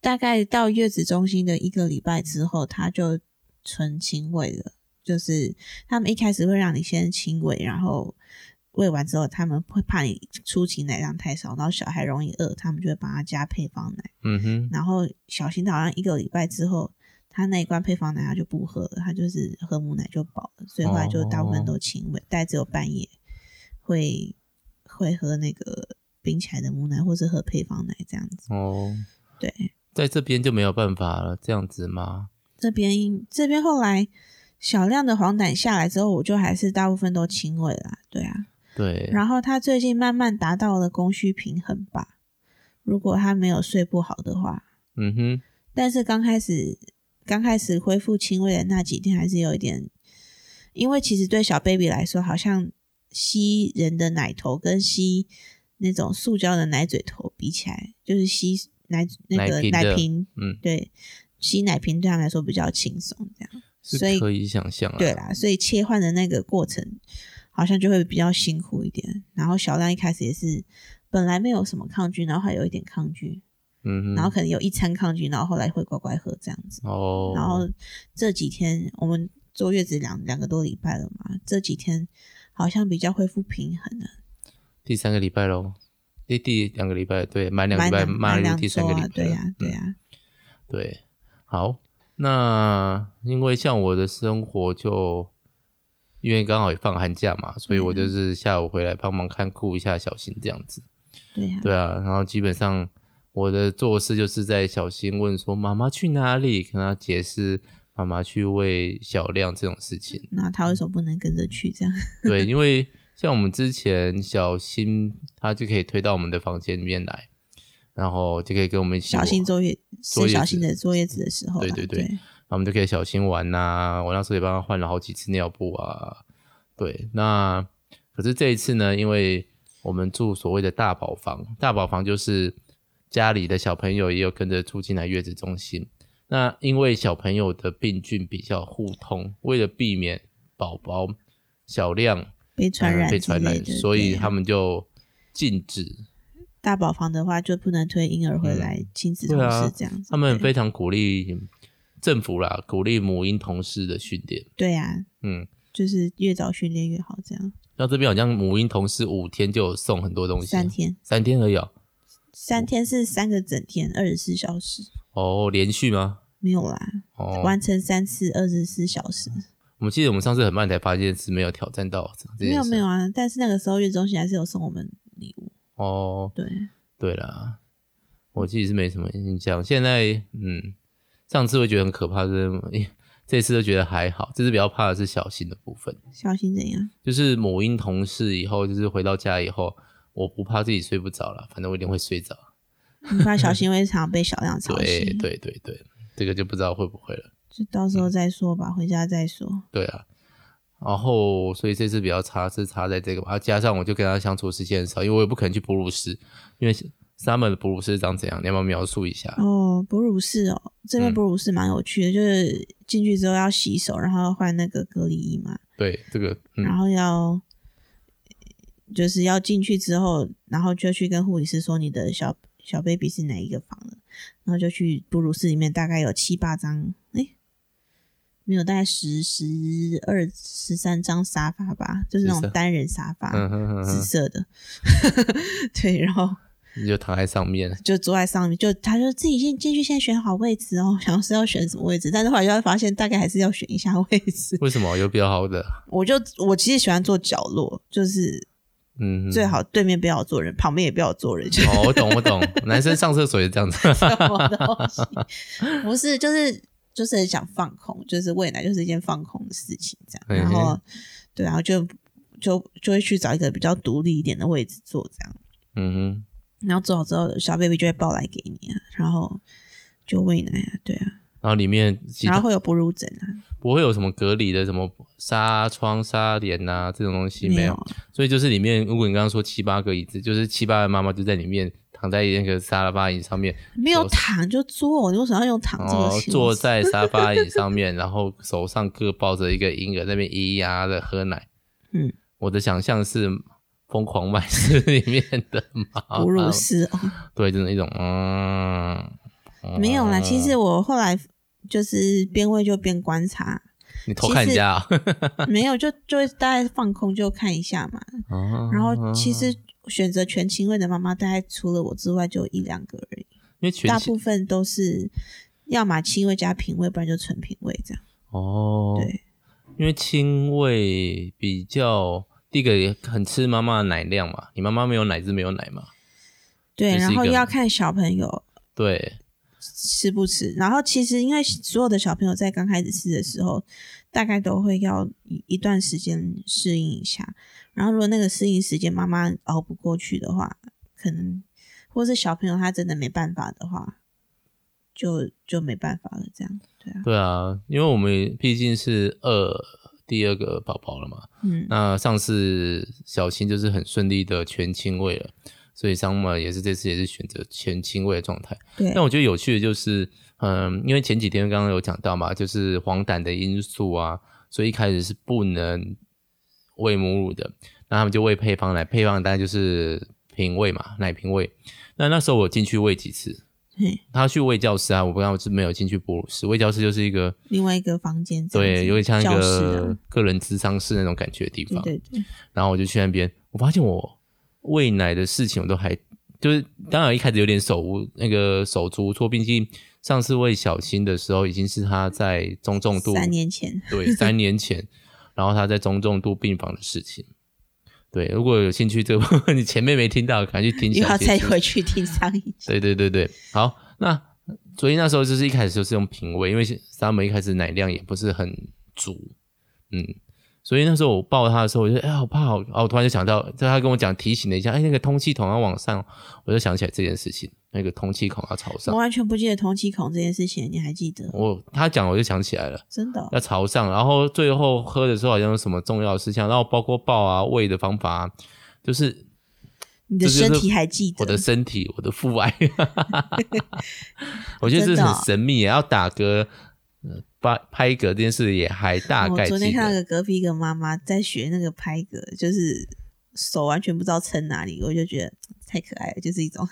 Speaker 3: 大概到月子中心的一个礼拜之后，他就纯亲喂的，就是他们一开始会让你先亲喂，然后喂完之后，他们会怕你初期奶量太少，然后小孩容易饿，他们就会帮他加配方奶，
Speaker 1: 嗯哼，
Speaker 3: 然后小型的好像一个礼拜之后。他那一罐配方奶他就不喝了，他就是喝母奶就饱了，所以后来就大部分都亲喂，但只有半夜会会喝那个冰起来的母奶，或是喝配方奶这样子。
Speaker 1: 哦，
Speaker 3: 对，
Speaker 1: 在这边就没有办法了，这样子吗？
Speaker 3: 这边这边后来小量的黄疸下来之后，我就还是大部分都亲喂啦，对啊。
Speaker 1: 对，
Speaker 3: 然后他最近慢慢达到了供需平衡吧，如果他没有睡不好的话，
Speaker 1: 嗯哼，
Speaker 3: 但是刚开始刚开始恢复亲喂的那几天还是有一点，因为其实对小 baby 来说，好像吸人的奶头跟吸那种塑胶的奶嘴头比起来，就是吸奶那个
Speaker 1: 奶瓶的
Speaker 3: 奶瓶，
Speaker 1: 嗯，
Speaker 3: 对，吸奶瓶对他们来说比较轻松，这样。
Speaker 1: 是
Speaker 3: 所以
Speaker 1: 可以想象啊。
Speaker 3: 对啦，所以切换的那个过程好像就会比较辛苦一点。然后小亮一开始也是本来没有什么抗拒，然后还有一点抗拒，
Speaker 1: 嗯哼，
Speaker 3: 然后可能有一餐抗拒，然后后来会乖乖喝这样子。
Speaker 1: 哦，
Speaker 3: 然后这几天我们坐月子两两个多礼拜了嘛，这几天好像比较恢复平衡了，
Speaker 1: 第三个礼拜喽，第第两个礼拜，对，满两个礼拜，
Speaker 3: 蛮
Speaker 1: 迈
Speaker 3: 蛮
Speaker 1: 入
Speaker 3: 两
Speaker 1: 第
Speaker 3: 周
Speaker 1: 三个礼
Speaker 3: 啊
Speaker 1: 拜，，
Speaker 3: 对呀、对啊
Speaker 1: 嗯
Speaker 3: 呀、
Speaker 1: 对，好，那因为像我的生活就，因为刚好也放寒假嘛，所以我
Speaker 3: 嗯
Speaker 1: 就是下午回来帮忙看顾一下小新这样子，
Speaker 3: 对呀、
Speaker 1: 对啊，然后基本上我的做事就是在小新问说妈妈去哪里，跟他解释妈妈去喂小亮这种事情，
Speaker 3: 那他为什么不能跟着去这样？ [laughs]
Speaker 1: 对，因为像我们之前小新他就可以推到我们的房间里面来，然后就可以跟我们一起
Speaker 3: 小新
Speaker 1: 玩
Speaker 3: 坐月是
Speaker 1: 坐月
Speaker 3: 小
Speaker 1: 子
Speaker 3: 新的坐月子的时候啦，
Speaker 1: 对对对
Speaker 3: 对
Speaker 1: 然后我们就可以小心玩呐、我那时候也帮他换了好几次尿布啊。对，那可是这一次呢，因为我们住所谓的大宝房，大宝房就是家里的小朋友也有跟着住进来月子中心。那因为小朋友的病菌比较互通，为了避免宝宝小量
Speaker 3: 被传染
Speaker 1: 嗯被
Speaker 3: 之
Speaker 1: 传
Speaker 3: 类
Speaker 1: 染，
Speaker 3: 的，
Speaker 1: 所以
Speaker 3: 对啊
Speaker 1: 他们就禁止
Speaker 3: 大宝房的话就不能推婴儿回来亲子同
Speaker 1: 嗯对啊
Speaker 3: 室这样子。
Speaker 1: 他们
Speaker 3: 对
Speaker 1: 非常鼓励嗯政府啦，鼓励母婴同事的训练。
Speaker 3: 对啊，
Speaker 1: 嗯，
Speaker 3: 就是越早训练越好，这样
Speaker 1: 那这边好像母婴同事五天就有送很多东西，
Speaker 3: 三天
Speaker 1: 三天而已哦。
Speaker 3: 三天是三个整天，二十四小时
Speaker 1: 哦，连续吗？
Speaker 3: 没有啦，
Speaker 1: 哦，
Speaker 3: 完成三次二十四小时，
Speaker 1: 我们记得我们上次很慢才发现是没有挑战到这
Speaker 3: 没
Speaker 1: 件
Speaker 3: 有
Speaker 1: 事
Speaker 3: 没有啊。但是那个时候月中心还是有送我们礼物，
Speaker 1: 哦，
Speaker 3: 对，
Speaker 1: 对啦，我自己是没什么印象。现在嗯，上次会觉得很可怕，是哎这次都觉得还好，这次比较怕的是小心的部分。
Speaker 3: 小心怎
Speaker 1: [laughs]
Speaker 3: 样？
Speaker 1: 就是母婴同事以后，就是回到家以后，我不怕自己睡不着了，反正我一定会睡着。
Speaker 3: 你怕小心会常被小亮吵
Speaker 1: 对
Speaker 3: 醒，
Speaker 1: 对对对，这个就不知道会不会了。
Speaker 3: 就到时候再说吧，回家再说。
Speaker 1: 对啊，然后所以这次比较差是差在这个吧，啊加上我就跟他相处时间很少，因为我也不可能去哺乳室，因为 Summer 的哺乳室长怎样，你要不要描述一下？
Speaker 3: 哦，哺乳室哦，这边
Speaker 1: 嗯
Speaker 3: 哺乳室蛮有趣的，就是进去之后要洗手，然后要换那个隔离衣嘛，
Speaker 1: 对，这个
Speaker 3: 然
Speaker 1: 嗯，
Speaker 3: 后要就是要进去之后，然后就去跟护理师说你的小小 baby 是哪一个房的，然后就去哺乳室里面，大概有七八张，哎，没有，大概十十二十三张沙发吧，就是那种
Speaker 1: 13
Speaker 3: 单人沙发，
Speaker 1: 嗯哼哼
Speaker 3: 紫
Speaker 1: 哼，
Speaker 3: 色的， [laughs] 对，然后
Speaker 1: 你就躺在上面，
Speaker 3: 就坐在上面，就他就自己先进去先选好位置哦，想是要选什么位置，但是后来就会发现大概还是要选一下位置。 [laughs]
Speaker 1: 为什么有比较好的？
Speaker 3: 我就我其实喜欢坐角落，就是
Speaker 1: 嗯，哼
Speaker 3: 最。好对面不要有坐人，旁边也不要有坐人， [laughs] 就是
Speaker 1: 哦，我懂，我懂，男生上厕所也这样子。
Speaker 3: 什么
Speaker 1: [laughs]
Speaker 3: 东西，不是就是就是很想放空，就是未来就是一件放空的事情这样。然后对，然后就就就会去找一个比较独立一点的位置坐这样，
Speaker 1: 嗯
Speaker 3: 然后坐好之后，小 baby 就会抱来给你啊，然后就喂奶啊，对啊，
Speaker 1: 哼，然后里面其
Speaker 3: 然
Speaker 1: 他
Speaker 3: 后会有哺乳枕啊。
Speaker 1: 不会有什么隔离的什么纱窗、纱帘呐、这种东西没有，
Speaker 3: 有，
Speaker 1: 所以就是里面，如果你刚刚说七八个椅子，就是七八个妈妈就在里面躺在那个沙发椅上面，
Speaker 3: 没有
Speaker 1: 手
Speaker 3: 躺就坐，你为什么要用躺
Speaker 1: 然
Speaker 3: 啊这个
Speaker 1: 后
Speaker 3: 形容
Speaker 1: 坐
Speaker 3: 词
Speaker 1: 在沙发椅上
Speaker 3: [laughs]
Speaker 1: 面，然后手上各抱着一个婴儿，那边咿咿呀呀的喝奶。
Speaker 3: 嗯，
Speaker 1: 我的想象是《疯狂麦斯》里面的妈
Speaker 3: 哺乳
Speaker 1: 妈，
Speaker 3: 室哦，
Speaker 1: 对，就是一种嗯，
Speaker 3: 没有啦。
Speaker 1: 嗯
Speaker 3: 其实我后来就是边喂就边观察，
Speaker 1: 你偷看人家啊？ [laughs]
Speaker 3: 没有就就会大概放空就看一下嘛。
Speaker 1: 哦
Speaker 3: [laughs] 然后其实选择全亲喂的妈妈，大概除了我之外就一两个而已，
Speaker 1: 因为全
Speaker 3: 大
Speaker 1: 亲
Speaker 3: 部分都是要么亲喂加平喂，不然就纯平喂这样。
Speaker 1: 哦，
Speaker 3: 对，
Speaker 1: 因为亲喂比较第一个也很吃妈妈的奶量嘛，你妈妈没有奶是没有奶嘛，
Speaker 3: 对，
Speaker 1: 这是
Speaker 3: 然
Speaker 1: 一
Speaker 3: 后
Speaker 1: 个
Speaker 3: 要看小朋友
Speaker 1: 对，
Speaker 3: 吃不吃。然后其实因为所有的小朋友在刚开始吃的时候，大概都会要一一段时间适应一下。然后如果那个适应时间妈妈熬不过去的话，可能或是小朋友他真的没办法的话，就就没办法了。这样对啊，
Speaker 1: 对啊，因为我们毕竟是二第二个宝宝了嘛，
Speaker 3: 嗯，
Speaker 1: 那上次小青就是很顺利的全亲喂了，所以桑马也是这次也是选择全亲喂的状态。
Speaker 3: 对
Speaker 1: 但我觉得有趣的就是，嗯，因为前几天刚刚有讲到嘛，就是黄疸的因素啊，所以一开始是不能喂母乳的，那他们就喂配方奶，配方当然就是瓶喂嘛，奶瓶喂。那那时候我进去喂几次，
Speaker 3: 嘿，
Speaker 1: 他去喂教室啊，我不知道是没有进去哺乳室，喂教室就是一个
Speaker 3: 另外一个房间这样子
Speaker 1: 对，有点像一
Speaker 3: 教室
Speaker 1: 个
Speaker 3: 啊
Speaker 1: 个人智商室那种感觉的地
Speaker 3: 对
Speaker 1: 方。
Speaker 3: 对对，
Speaker 1: 然后我就去那边，我发现我喂奶的事情我都还就是，当然一开始有点手无那个手足无措，毕竟上次喂小新的时候已经是他在中重度
Speaker 3: [laughs] 三年前，
Speaker 1: 对三年前，然后他在中重度病房的事情。对，如果有兴趣这个部分，你前面没听到，赶快去听
Speaker 3: 又
Speaker 1: 小
Speaker 3: 要
Speaker 1: 新
Speaker 3: 再
Speaker 1: 集。
Speaker 3: 回去听上一集。
Speaker 1: 对对对对，好，那所以那时候就是一开始就是用瓶喂，因为 Summer 一开始奶量也不是很足，嗯，所以那时候我抱他的时候，我就哎、好怕好，哦，我突然就想到，就他跟我讲提醒了一下，哎，那个通气孔要往上，我就想起来这件事情，那个通气孔要朝上
Speaker 3: 我，完全不记得同期孔这件事情，你还记得？
Speaker 1: 我他讲我就想起来了。
Speaker 3: 真的哦、
Speaker 1: 要朝上，然后最后喝的时候好像有什么重要的事项，然后包括抱啊、喂的方法、啊，就是
Speaker 3: 你的
Speaker 1: 这就是
Speaker 3: 身体还记得？
Speaker 1: 我的身体，我的父
Speaker 3: [laughs]
Speaker 1: 爱，我觉得这
Speaker 3: 真的哦
Speaker 1: 很神秘耶，要打嗝、呃拍拍嗝这件事也还大概
Speaker 3: 我哦昨天
Speaker 1: 记
Speaker 3: 看到
Speaker 1: 得。
Speaker 3: 个隔壁一个妈妈在学那个拍嗝，就是手完全不知道撑哪里，我就觉得太可爱了，就是一种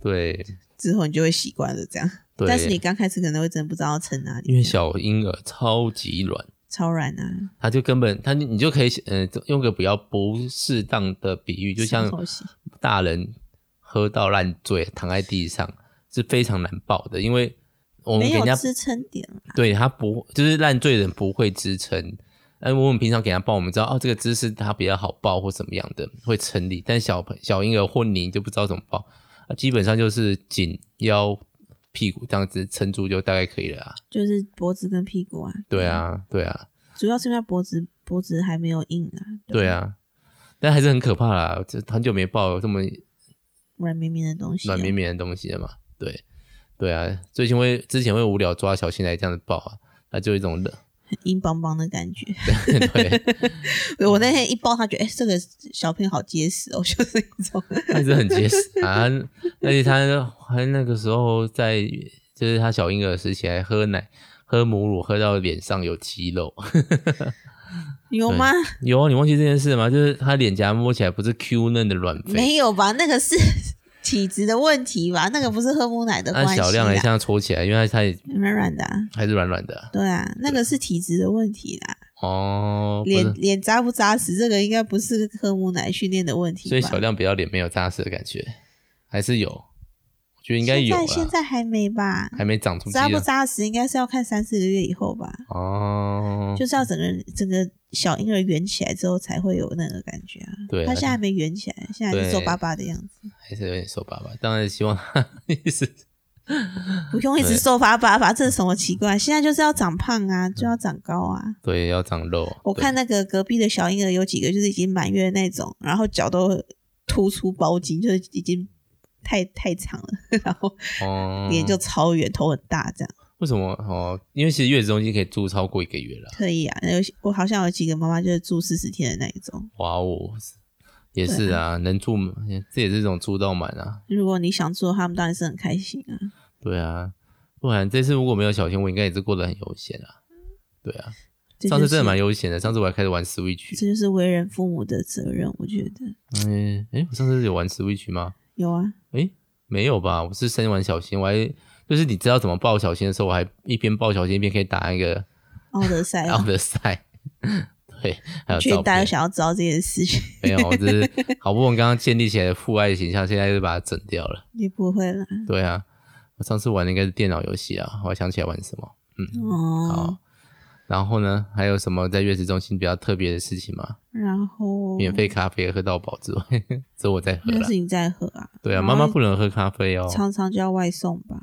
Speaker 1: 对
Speaker 3: 之后你就会习惯了这样。
Speaker 1: 对，
Speaker 3: 但是你刚开始可能会真不知道撑哪里，
Speaker 1: 因为
Speaker 3: 这样
Speaker 1: 小婴儿超级软，
Speaker 3: 超软啊，
Speaker 1: 他就根本他你就可以呃用个比较不适当的比喻，就像
Speaker 3: 小偷袭
Speaker 1: 大人喝到烂醉躺在地上是非常难抱的，因为我们
Speaker 3: 没
Speaker 1: 给人
Speaker 3: 有
Speaker 1: 家
Speaker 3: 支撑点啦。
Speaker 1: 对他不就是烂醉人不会支撑。哎，我们平常给他抱，我们知道哦，这个姿势他比较好抱或怎么样的会成立，但小朋小婴儿或你就不知道怎么抱，啊基本上就是颈腰屁股这样子撑住就大概可以了啊。
Speaker 3: 就是脖子跟屁股啊。嗯
Speaker 1: 对，啊，对啊，
Speaker 3: 主要是因为脖子脖子还没有硬啊。
Speaker 1: 对
Speaker 3: 吧，
Speaker 1: 啊，但还是很可怕啦，这很久没抱这么
Speaker 3: 软绵绵的东西啊、
Speaker 1: 软绵绵的东西了嘛。对，对啊，最近会之前会无聊抓小新来这样子抱啊，那就有一种乐， [laughs]
Speaker 3: 很硬邦邦的感觉。 [laughs]
Speaker 1: 对，
Speaker 3: 我那天一抱他，觉得哎、这个小朋友好结实哦， [laughs] 就是一种
Speaker 1: [laughs] 他是很结实啊，而且他还那个时候在，就是他小婴儿时期还喝奶，喝母乳喝到脸上有肌肉。 [laughs]
Speaker 3: 有吗？
Speaker 1: 有啊，你忘记这件事吗？就是他脸颊摸起来不是 Q 嫩的软肥，
Speaker 3: 没有吧？那个是 [laughs] 体质的问题吧？那个不是喝母奶的关
Speaker 1: 那
Speaker 3: 系啦。
Speaker 1: 小亮还像搓起来，因为他他也
Speaker 3: 软软的、啊，
Speaker 1: 还是软软的啊
Speaker 3: 对啊，那个是体质的问题啦。
Speaker 1: 哦。不是
Speaker 3: 脸脸扎不扎实，这个应该不是喝母奶训练的问题吧。
Speaker 1: 所以小亮比较脸没有扎实的感觉，还是有，我觉得应该有啊
Speaker 3: 现在现
Speaker 1: 啦，
Speaker 3: 在还没吧？
Speaker 1: 还没长出肌
Speaker 3: 扎不
Speaker 1: 肉
Speaker 3: 扎实，应该是要看三四个月以后吧。
Speaker 1: 哦。
Speaker 3: 就是要整个整个小婴儿圆起来之后才会有那个感觉啊。
Speaker 1: 对啊，
Speaker 3: 他现在还没圆起来，现在还是
Speaker 1: 对
Speaker 3: 皱巴巴的样子。
Speaker 1: 还是有点瘦爸爸，当然希望他 [laughs] 一直
Speaker 3: 不用一直瘦巴巴吧，这是什么奇怪？现在就是要长胖啊，就要长高啊。
Speaker 1: 对要长肉。
Speaker 3: 我
Speaker 1: 对
Speaker 3: 看那个隔壁的小婴儿有几个就是已经满月那种，然后脚都突出包筋，就是已经太太长了， [laughs] 然后 [laughs]
Speaker 1: 哦，
Speaker 3: 脸就超圆，头很大这样。
Speaker 1: 为什么哦？因为其实月子中心可以住超过一个月了。
Speaker 3: 可以啊，有些我好像有几个妈妈就是住四十天的那一种。
Speaker 1: 哇哦，也是啊，能住这也是一种住到满啊。
Speaker 3: 如果你想做，他们当然是很开心啊。
Speaker 1: 对啊，不然这次如果没有小新，我应该也是过得很悠闲啊。对啊，
Speaker 3: 这
Speaker 1: 上
Speaker 3: 就
Speaker 1: 次
Speaker 3: 是
Speaker 1: 真的蛮悠闲的，上次我还开始玩 Switch。
Speaker 3: 这就是为人父母的责任，我觉得
Speaker 1: 哎嗯，诶，我上次有玩 Switch 吗？
Speaker 3: 有啊。
Speaker 1: 诶，没有吧？我是先玩小新，我还就就是你知道怎么抱小新的时候，我还一边抱小新一边可以打那个
Speaker 3: 奥德赛啊
Speaker 1: 奥，德赛， [laughs] 对，还有
Speaker 3: 去
Speaker 1: 照
Speaker 3: 大家
Speaker 1: 片。
Speaker 3: 想要知道这件事情， [laughs]
Speaker 1: 没有，我只是好不容易刚刚建立起来的父爱形象，现在就把它整掉了。
Speaker 3: 也不会啦。
Speaker 1: 对啊，我上次玩的应该是电脑游戏啊，我还想起来玩什么。
Speaker 3: 哦
Speaker 1: 好，，然后呢，还有什么在月子中心比较特别的事情吗？
Speaker 3: 嗯然后
Speaker 1: 免费咖啡喝到饱之外， [laughs] 只有我在喝
Speaker 3: 那
Speaker 1: 啦
Speaker 3: 哦是。你在喝啊？
Speaker 1: 对啊，
Speaker 3: 然
Speaker 1: 妈
Speaker 3: 后
Speaker 1: 妈不能喝咖啡哦。
Speaker 3: 常常就要外送吧？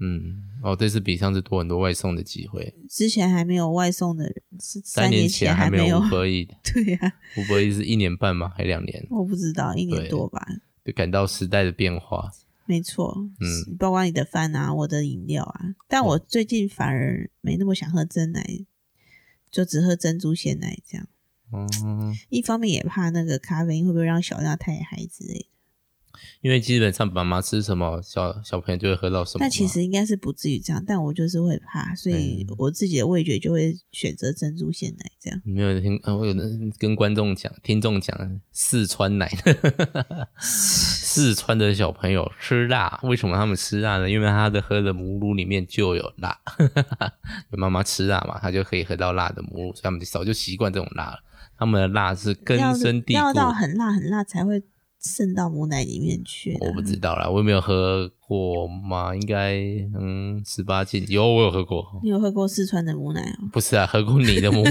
Speaker 1: 嗯，哦，这次比上次多很多外送的机会。
Speaker 3: 之前还没有外送的人，是
Speaker 1: 三
Speaker 3: 三
Speaker 1: 年
Speaker 3: 前
Speaker 1: 还
Speaker 3: 还
Speaker 1: 没
Speaker 3: 有
Speaker 1: 五。百亿，
Speaker 3: [laughs] 对啊，
Speaker 1: 五百亿是一年半吗？还两年？
Speaker 3: 我不知道一年
Speaker 1: 对
Speaker 3: 多吧，
Speaker 1: 就感到时代的变化。
Speaker 3: 没错，嗯，包括你的饭啊，我的饮料啊，但
Speaker 1: 嗯
Speaker 3: 我最近反而没那么想喝真奶，就只喝珍珠鲜奶这样。
Speaker 1: 嗯，
Speaker 3: 一方面也怕那个咖啡因会不会让小料太嗨之类的，
Speaker 1: 因为基本上妈妈吃什么，小小朋友就会喝到什么嘛。
Speaker 3: 但其实应该是不至于这样，但我就是会怕，所以
Speaker 1: 嗯
Speaker 3: 我自己的味觉就会选择珍珠鲜奶这样。
Speaker 1: 没有听，呃我有人跟观众讲、听众讲，四川奶，
Speaker 3: [laughs]
Speaker 1: 四川的小朋友吃辣，为什么他们吃辣呢？因为他的喝的母乳里面就有辣， [laughs] 有妈妈吃辣嘛，他就可以喝到辣的母乳，所以他们早就习惯这种辣了。他们的辣是根
Speaker 3: 要
Speaker 1: 深蒂
Speaker 3: 要
Speaker 1: 固
Speaker 3: 到很辣很辣才会渗到母奶里面去啦。
Speaker 1: 我不知道啦，我也没有喝过嘛，应该嗯，十八禁有，我有喝过，
Speaker 3: 你有喝过四川的母奶哦？
Speaker 1: 不是啊，喝过你的母乳，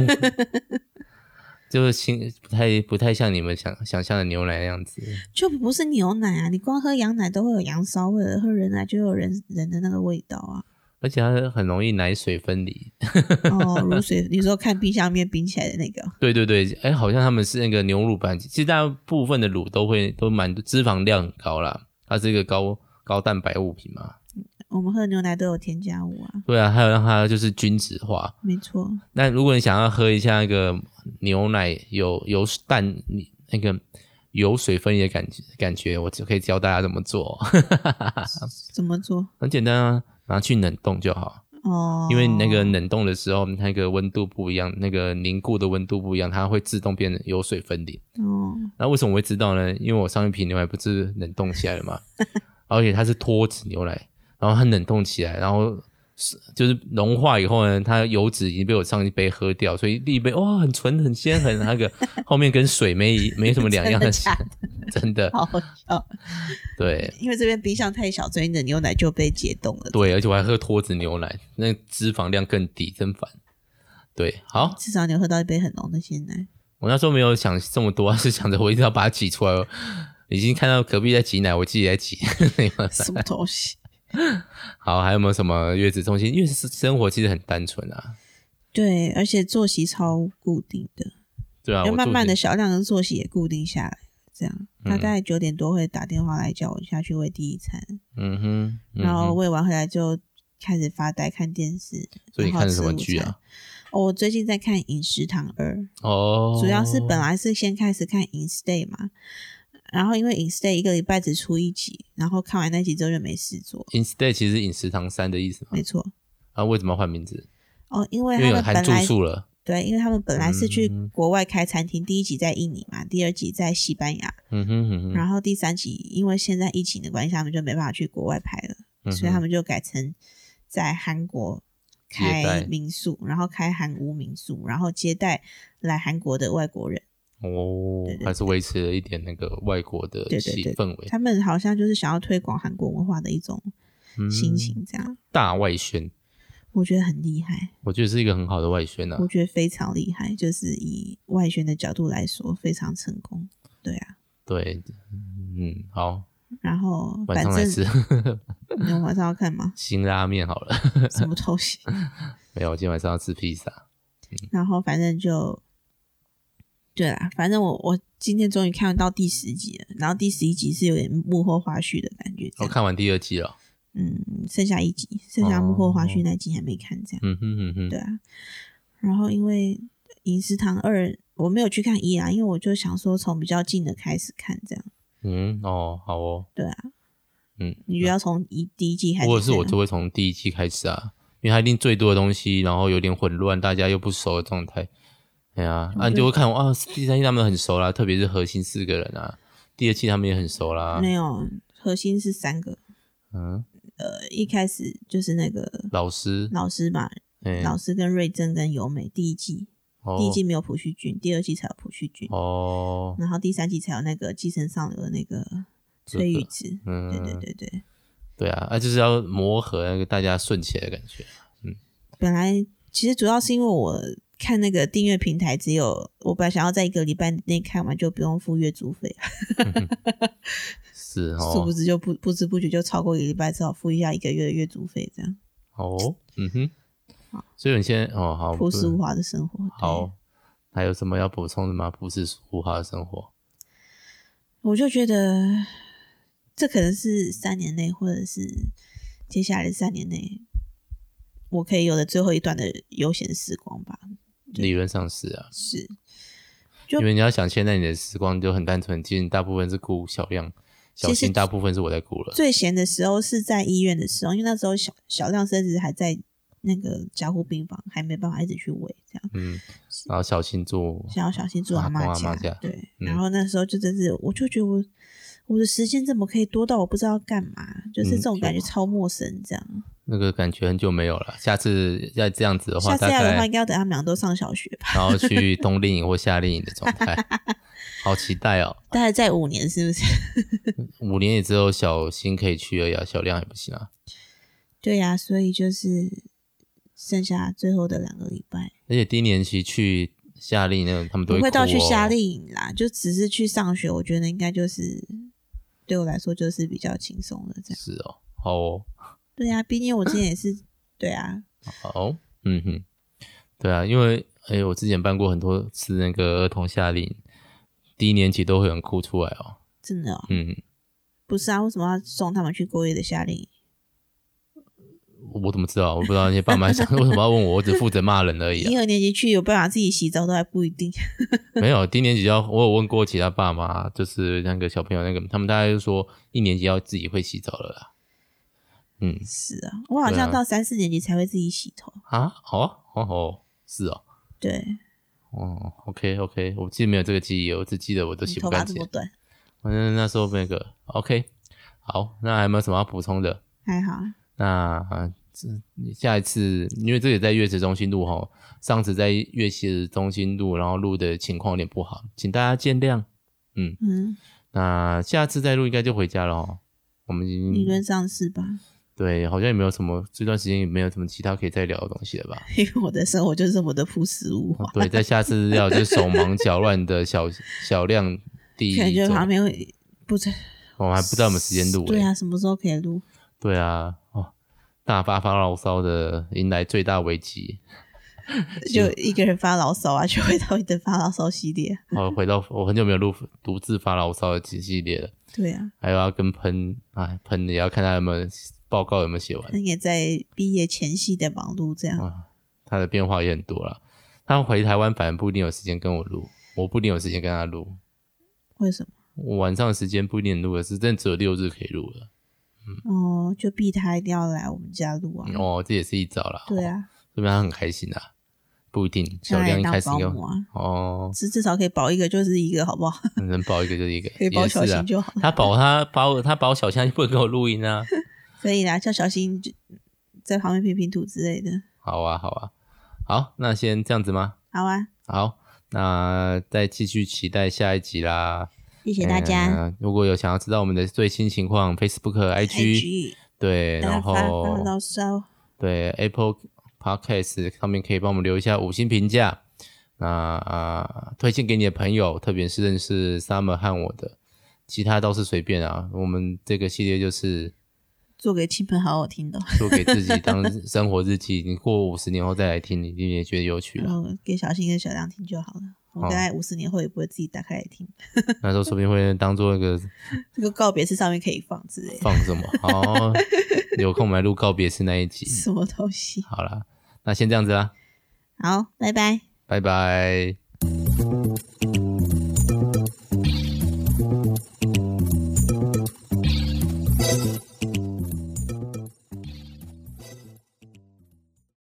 Speaker 1: [laughs] 就是新不太不太像你们想想象的牛奶那样子。
Speaker 3: 就不是牛奶啊，你光喝羊奶都会有羊骚味了，喝人奶就有人人的那个味道啊。
Speaker 1: 而且它很容易奶水分离。
Speaker 3: 哦，如水，你说看冰箱面冰起来的那个，
Speaker 1: 对对对，哎，好像他们是那个牛乳版，其实大部分的乳都会都蛮脂肪量很高啦，它是一个高高蛋白物品嘛。
Speaker 3: 我们喝牛奶都有添加物啊，
Speaker 1: 对啊，还有让它就是均质化。
Speaker 3: 没错，
Speaker 1: 那如果你想要喝一下那个牛奶有有蛋那个有水分离的感觉感觉，我就可以教大家怎么做，
Speaker 3: 怎么做？
Speaker 1: 很简单啊，拿去冷冻就好。
Speaker 3: 哦，
Speaker 1: 因为那个冷冻的时候，那个温度不一样，那个凝固的温度不一样，它会自动变得有水分离。
Speaker 3: 哦，
Speaker 1: 那为什么我会知道呢？因为我上一瓶牛奶不是冷冻起来了
Speaker 3: [laughs]
Speaker 1: 嘛，而且它是脱脂牛奶，然后它冷冻起来，然后是就是融化以后呢，它油脂已经被我上一杯喝掉，所以第一杯哇很纯很鲜很那
Speaker 3: [laughs]
Speaker 1: 个，后面跟水没一没什么两 [laughs] 样
Speaker 3: 真的假的
Speaker 1: 真的
Speaker 3: [laughs] 好好笑，
Speaker 1: 对
Speaker 3: 因为这边冰箱太小，所以你的牛奶就被解冻了。
Speaker 1: 对，而且我还喝脱脂牛奶，那脂肪量更低，真烦。对，好，
Speaker 3: 至少你有喝到一杯很浓的
Speaker 1: [laughs]
Speaker 3: 鲜奶。
Speaker 1: 我那时候没有想这么多， [laughs] 是想着我一定要把它挤出来。我已经看到隔壁在挤奶，我自己在挤。 [laughs]
Speaker 3: 什么东西？
Speaker 1: 好，还有没有什么月子中心？月子生活其实很单纯啊，
Speaker 3: 对，而且作息超固定的，
Speaker 1: 对啊，
Speaker 3: 要
Speaker 1: 我
Speaker 3: 慢慢的
Speaker 1: 住
Speaker 3: 小亮的作息也固定下来。这样，他大概九点多会打电话来叫我下去喂第一餐，
Speaker 1: 嗯哼，嗯哼
Speaker 3: 然后喂完回来就开始发呆看电视。
Speaker 1: 所以你
Speaker 3: 然后
Speaker 1: 看
Speaker 3: 吃
Speaker 1: 什么
Speaker 3: 午
Speaker 1: 剧
Speaker 3: 餐
Speaker 1: 啊？？
Speaker 3: 哦我最近在看《饮食堂二》，
Speaker 1: 哦，
Speaker 3: 主要是本来是先开始看《In Stay》嘛，然后因为《In Stay》一个礼拜只出一集，然后看完那集之后就没事做。
Speaker 1: instead 其实是饮食堂三的意思嘛
Speaker 3: 没。错，
Speaker 1: 啊，为什么要换名字？
Speaker 3: 哦，因为
Speaker 1: 因
Speaker 3: 他
Speaker 1: 为有
Speaker 3: 们
Speaker 1: 含
Speaker 3: 本
Speaker 1: 住
Speaker 3: 来
Speaker 1: 宿了。
Speaker 3: 对，因为他们本来是去
Speaker 1: 嗯
Speaker 3: 国外开餐厅，第一集在印尼嘛，第二集在西班牙，
Speaker 1: 嗯哼嗯哼，
Speaker 3: 然后第三集因为现在疫情的关系，他们就没办法去国外拍了，
Speaker 1: 嗯哼
Speaker 3: 所以他们就改成在韩国
Speaker 1: 接待
Speaker 3: 开民宿，然后开韩屋民宿，然后接待来韩国的外国人。
Speaker 1: 哦
Speaker 3: 对对，对
Speaker 1: 还是维持了一点那个外国的
Speaker 3: 对对
Speaker 1: 气
Speaker 3: 对
Speaker 1: 氛围，
Speaker 3: 他们好像就是想要推广韩国文化的一种
Speaker 1: 嗯
Speaker 3: 心情，这样、
Speaker 1: 大外宣，
Speaker 3: 我觉得很厉害，
Speaker 1: 我觉得是一个很好的外宣啊
Speaker 3: 我。觉得非常厉害，就是以外宣的角度来说非常成功。对啊，
Speaker 1: 对，嗯，好，
Speaker 3: 然后
Speaker 1: 晚
Speaker 3: 反
Speaker 1: 上来
Speaker 3: 正
Speaker 1: 吃？
Speaker 3: 你们晚上要看吗
Speaker 1: 辛拉面好了。 [laughs]
Speaker 3: 什么东西？
Speaker 1: 没有，我今天晚上要吃披萨。
Speaker 3: 然后反正就，对啦，反正我我今天终于看到第十集了，然后第十一集是有点幕后花絮的感觉，这
Speaker 1: 我
Speaker 3: 样，
Speaker 1: 看完第二季了。
Speaker 3: 嗯，剩下一集，剩下幕后花
Speaker 1: 哦
Speaker 3: 絮那集还没看，这样，
Speaker 1: 嗯哼嗯哼，
Speaker 3: 对啊，然后因为《银食堂二》我没有去看一啊，因为我就想说从比较近的开始看，这样，
Speaker 1: 嗯哦，好哦，
Speaker 3: 对啊，
Speaker 1: 嗯，
Speaker 3: 你就要从一第一季开始
Speaker 1: 如
Speaker 3: 看啊，
Speaker 1: 果是我就会从第一季开始啊，因为它一定最多的东西，然后有点混乱，大家又不熟的状态。哎呀，
Speaker 3: 哦
Speaker 1: 啊，你就会看啊，第三季他们很熟啦，特别是核心四个人啊，第二季他们也很熟啦。
Speaker 3: 没有核心是三个，
Speaker 1: 嗯，
Speaker 3: 呃一开始就是那个
Speaker 1: 老师，
Speaker 3: 老师吧，
Speaker 1: 哎
Speaker 3: 老师跟瑞珍跟由美第一季，
Speaker 1: 哦
Speaker 3: 第一季没有朴叙俊，第二季才有朴叙俊，
Speaker 1: 哦，
Speaker 3: 然后第三季才有那个寄生上流的那个
Speaker 1: 这个
Speaker 3: 崔宇植，
Speaker 1: 嗯，
Speaker 3: 对对对对，
Speaker 1: 对啊，啊就是要磨合那个大家顺起来的感觉，
Speaker 3: 本来其实主要是因为我看那个订阅平台只有，我本来想要在一个礼拜内看完就不用付月租费，
Speaker 1: 是
Speaker 3: [laughs] 殊不
Speaker 1: 哦，
Speaker 3: 知就不不知不觉就超过一个礼拜，只好付一下一个月的月租费，这样
Speaker 1: 哦，嗯哼，所以你现在哦好，
Speaker 3: 朴实无
Speaker 1: 不
Speaker 3: 华的生活。对，
Speaker 1: 好，还有什么要补充的吗？朴实无华的生活，
Speaker 3: 我就觉得这可能是三年内，或者是接下来的三年内，我可以有的最后一段的悠闲时光吧。
Speaker 1: 理论上是啊，
Speaker 3: 是，就
Speaker 1: 因为你要想现在你的时光就很单纯，其实你大部分是顾小亮、小
Speaker 3: 其实
Speaker 1: 新，大部分是我在顾了，
Speaker 3: 最闲的时候是在医院的时候，因为那时候小小亮甚至还在那个加护病房，还没办法一直去喂，这样
Speaker 1: 嗯，然后小新住
Speaker 3: 想要小心住阿
Speaker 1: 啊阿公
Speaker 3: 妈
Speaker 1: 阿嬷家
Speaker 3: 对，
Speaker 1: 嗯
Speaker 3: 然后那时候就真是，我就觉得我我的时间怎么可以多到我不知道干嘛，就
Speaker 1: 嗯
Speaker 3: 是这种感觉
Speaker 1: 就
Speaker 3: 超陌生，这样。
Speaker 1: 那个感觉很久没有了，下次要这样子的话，
Speaker 3: 下次
Speaker 1: 大
Speaker 3: 要的话，
Speaker 1: 概
Speaker 3: 应该要等他们俩都上小学吧？
Speaker 1: 然后去冬令营或夏令营的状
Speaker 3: [laughs]
Speaker 1: 态，好期待哦！
Speaker 3: 大概在五年，是不是？ [laughs]
Speaker 1: 五年也只有小新可以去而已、啊，小亮也不行啊。
Speaker 3: 对呀、所以就是剩下最后的两个礼拜，
Speaker 1: 而且低年级去夏令那个，他们都会、哦
Speaker 3: 不会到去夏令，营啦，就只是去上学。我觉得应该就是对我来说就是比较轻松的这样。
Speaker 1: 是哦，好哦，
Speaker 3: 对呀、毕竟我之前也是对啊，
Speaker 1: 好哦，嗯哼，对啊，因为哎，我之前办过很多次那个儿童夏令营，低年级都会有人哭出来哦。
Speaker 3: 真的、哦、
Speaker 1: 嗯，
Speaker 3: 不是啊，为什么要送他们去过夜的夏令营？
Speaker 1: 我怎么知道？我不知道那些爸妈 [laughs] 想为什么要问我，我只负责骂人而已、啊
Speaker 3: 一。二年级去有办法自己洗澡都还不一定。啊
Speaker 1: 没有低年级要，我有问过其他爸妈，就是那个小朋友那个，他们大概就说一年级要自己会洗澡了啦。嗯
Speaker 3: 是啊，我好像
Speaker 1: 对啊
Speaker 3: 到三四年级才会自己洗头。
Speaker 1: 啊，好啊，哦哦，是哦，
Speaker 3: 对，
Speaker 1: 哦，OK OK，我记得没有这个记忆，我只记得我都
Speaker 3: 你
Speaker 1: 洗
Speaker 3: 头
Speaker 1: 不
Speaker 3: 发
Speaker 1: 干
Speaker 3: 这
Speaker 1: 净
Speaker 3: 么。短，
Speaker 1: 反正那时候那个 OK，好，那还有没有什么要补充的？
Speaker 3: 还好啊。
Speaker 1: 那啊这下一次，因为这也在月子中心录哈，上次在月子中心录，然后录的情况有点不好，请大家见谅。嗯，
Speaker 3: 嗯，
Speaker 1: 那下次再录应该就回家了哦。我们已经
Speaker 3: 理论上是吧？
Speaker 1: 对，好像也没有什么，这段时间也没有什么其他可以再聊的东西了
Speaker 3: [laughs]
Speaker 1: 吧？
Speaker 3: 因为我的生活就是这么的朴实无华，
Speaker 1: 对，在下次要就是手忙脚乱的小小量第一
Speaker 3: [laughs] 感觉
Speaker 1: 种
Speaker 3: 旁边会不知
Speaker 1: 我们还不知道有没有时间录
Speaker 3: 对
Speaker 1: 欸
Speaker 3: 啊，什么时候可以录？
Speaker 1: 对啊，哦，大发发牢骚的迎来最大危机。
Speaker 3: 就一个人发牢骚啊， [laughs] 就会到一的发牢骚系列。啊
Speaker 1: 好，哦回到我很久没有录独自发牢骚的系系列了，
Speaker 3: 对啊，
Speaker 1: 还有要跟喷哎喷的也要看他有没有报告有没有写完
Speaker 3: 那也在毕业前夕的忙碌这样。
Speaker 1: 啊，他的变化也很多啦。他回台湾反而不一定有时间跟我录，我不一定有时间跟他录。
Speaker 3: 为什么？
Speaker 1: 我晚上的时间不一定录了，是真的只有六日可以录了。
Speaker 3: 哦，就逼他一定要来我们家录啊。
Speaker 1: 哦，这也是一招啦。
Speaker 3: 对
Speaker 1: 哦，
Speaker 3: 啊，
Speaker 1: 说明他很开心啊。不一定，小
Speaker 3: 让他
Speaker 1: 亮
Speaker 3: 来
Speaker 1: 一开
Speaker 3: 当
Speaker 1: 始
Speaker 3: 保
Speaker 1: 跟
Speaker 3: 姆啊，
Speaker 1: 哦，
Speaker 3: 至至少可以保一个就是一个，好
Speaker 1: [laughs]
Speaker 3: 不好？
Speaker 1: 能保一个就是一个，
Speaker 3: 可以保
Speaker 1: 也
Speaker 3: 小
Speaker 1: 是啊
Speaker 3: 新。就 [laughs] 好了。
Speaker 1: 他保他保他保小香就不会跟我录音啊。 [laughs]
Speaker 3: 可以啦，叫小新就在旁边拼拼图之类的。
Speaker 1: 好啊，好啊，好，那先这样子吗？
Speaker 3: 好啊，
Speaker 1: 好，那再继续期待下一集啦。
Speaker 3: 谢
Speaker 1: 谢
Speaker 3: 谢大家。
Speaker 1: 如果有想要知道我们的最新情况，Facebook、IG 对，
Speaker 3: 大家
Speaker 1: 然
Speaker 3: 发发牢
Speaker 1: 后
Speaker 3: 骚。
Speaker 1: 对 Apple Podcast 上面可以帮我们留一下五星评价。那啊、推荐给你的朋友，特别是认识 Summer 和我的，其他倒是随便啊。我们这个系列就是
Speaker 3: 做给亲朋好友听的，
Speaker 1: 做给自己当生活日 [laughs] 记，你过五十年后再来听，你一定也觉得有趣
Speaker 3: 然
Speaker 1: 了。
Speaker 3: 后给小新跟小亮听就好了。我
Speaker 1: 好
Speaker 3: 大概五十年后也不会自己打开来听，
Speaker 1: 那时候说不定会当做一个
Speaker 3: 这个告别式上面可以放之类的，
Speaker 1: 放什么，哦，有空我们来录告别式那一集。
Speaker 3: 什么东西。
Speaker 1: 好啦，那先这样子啦，
Speaker 3: 好，拜拜。
Speaker 1: 拜拜。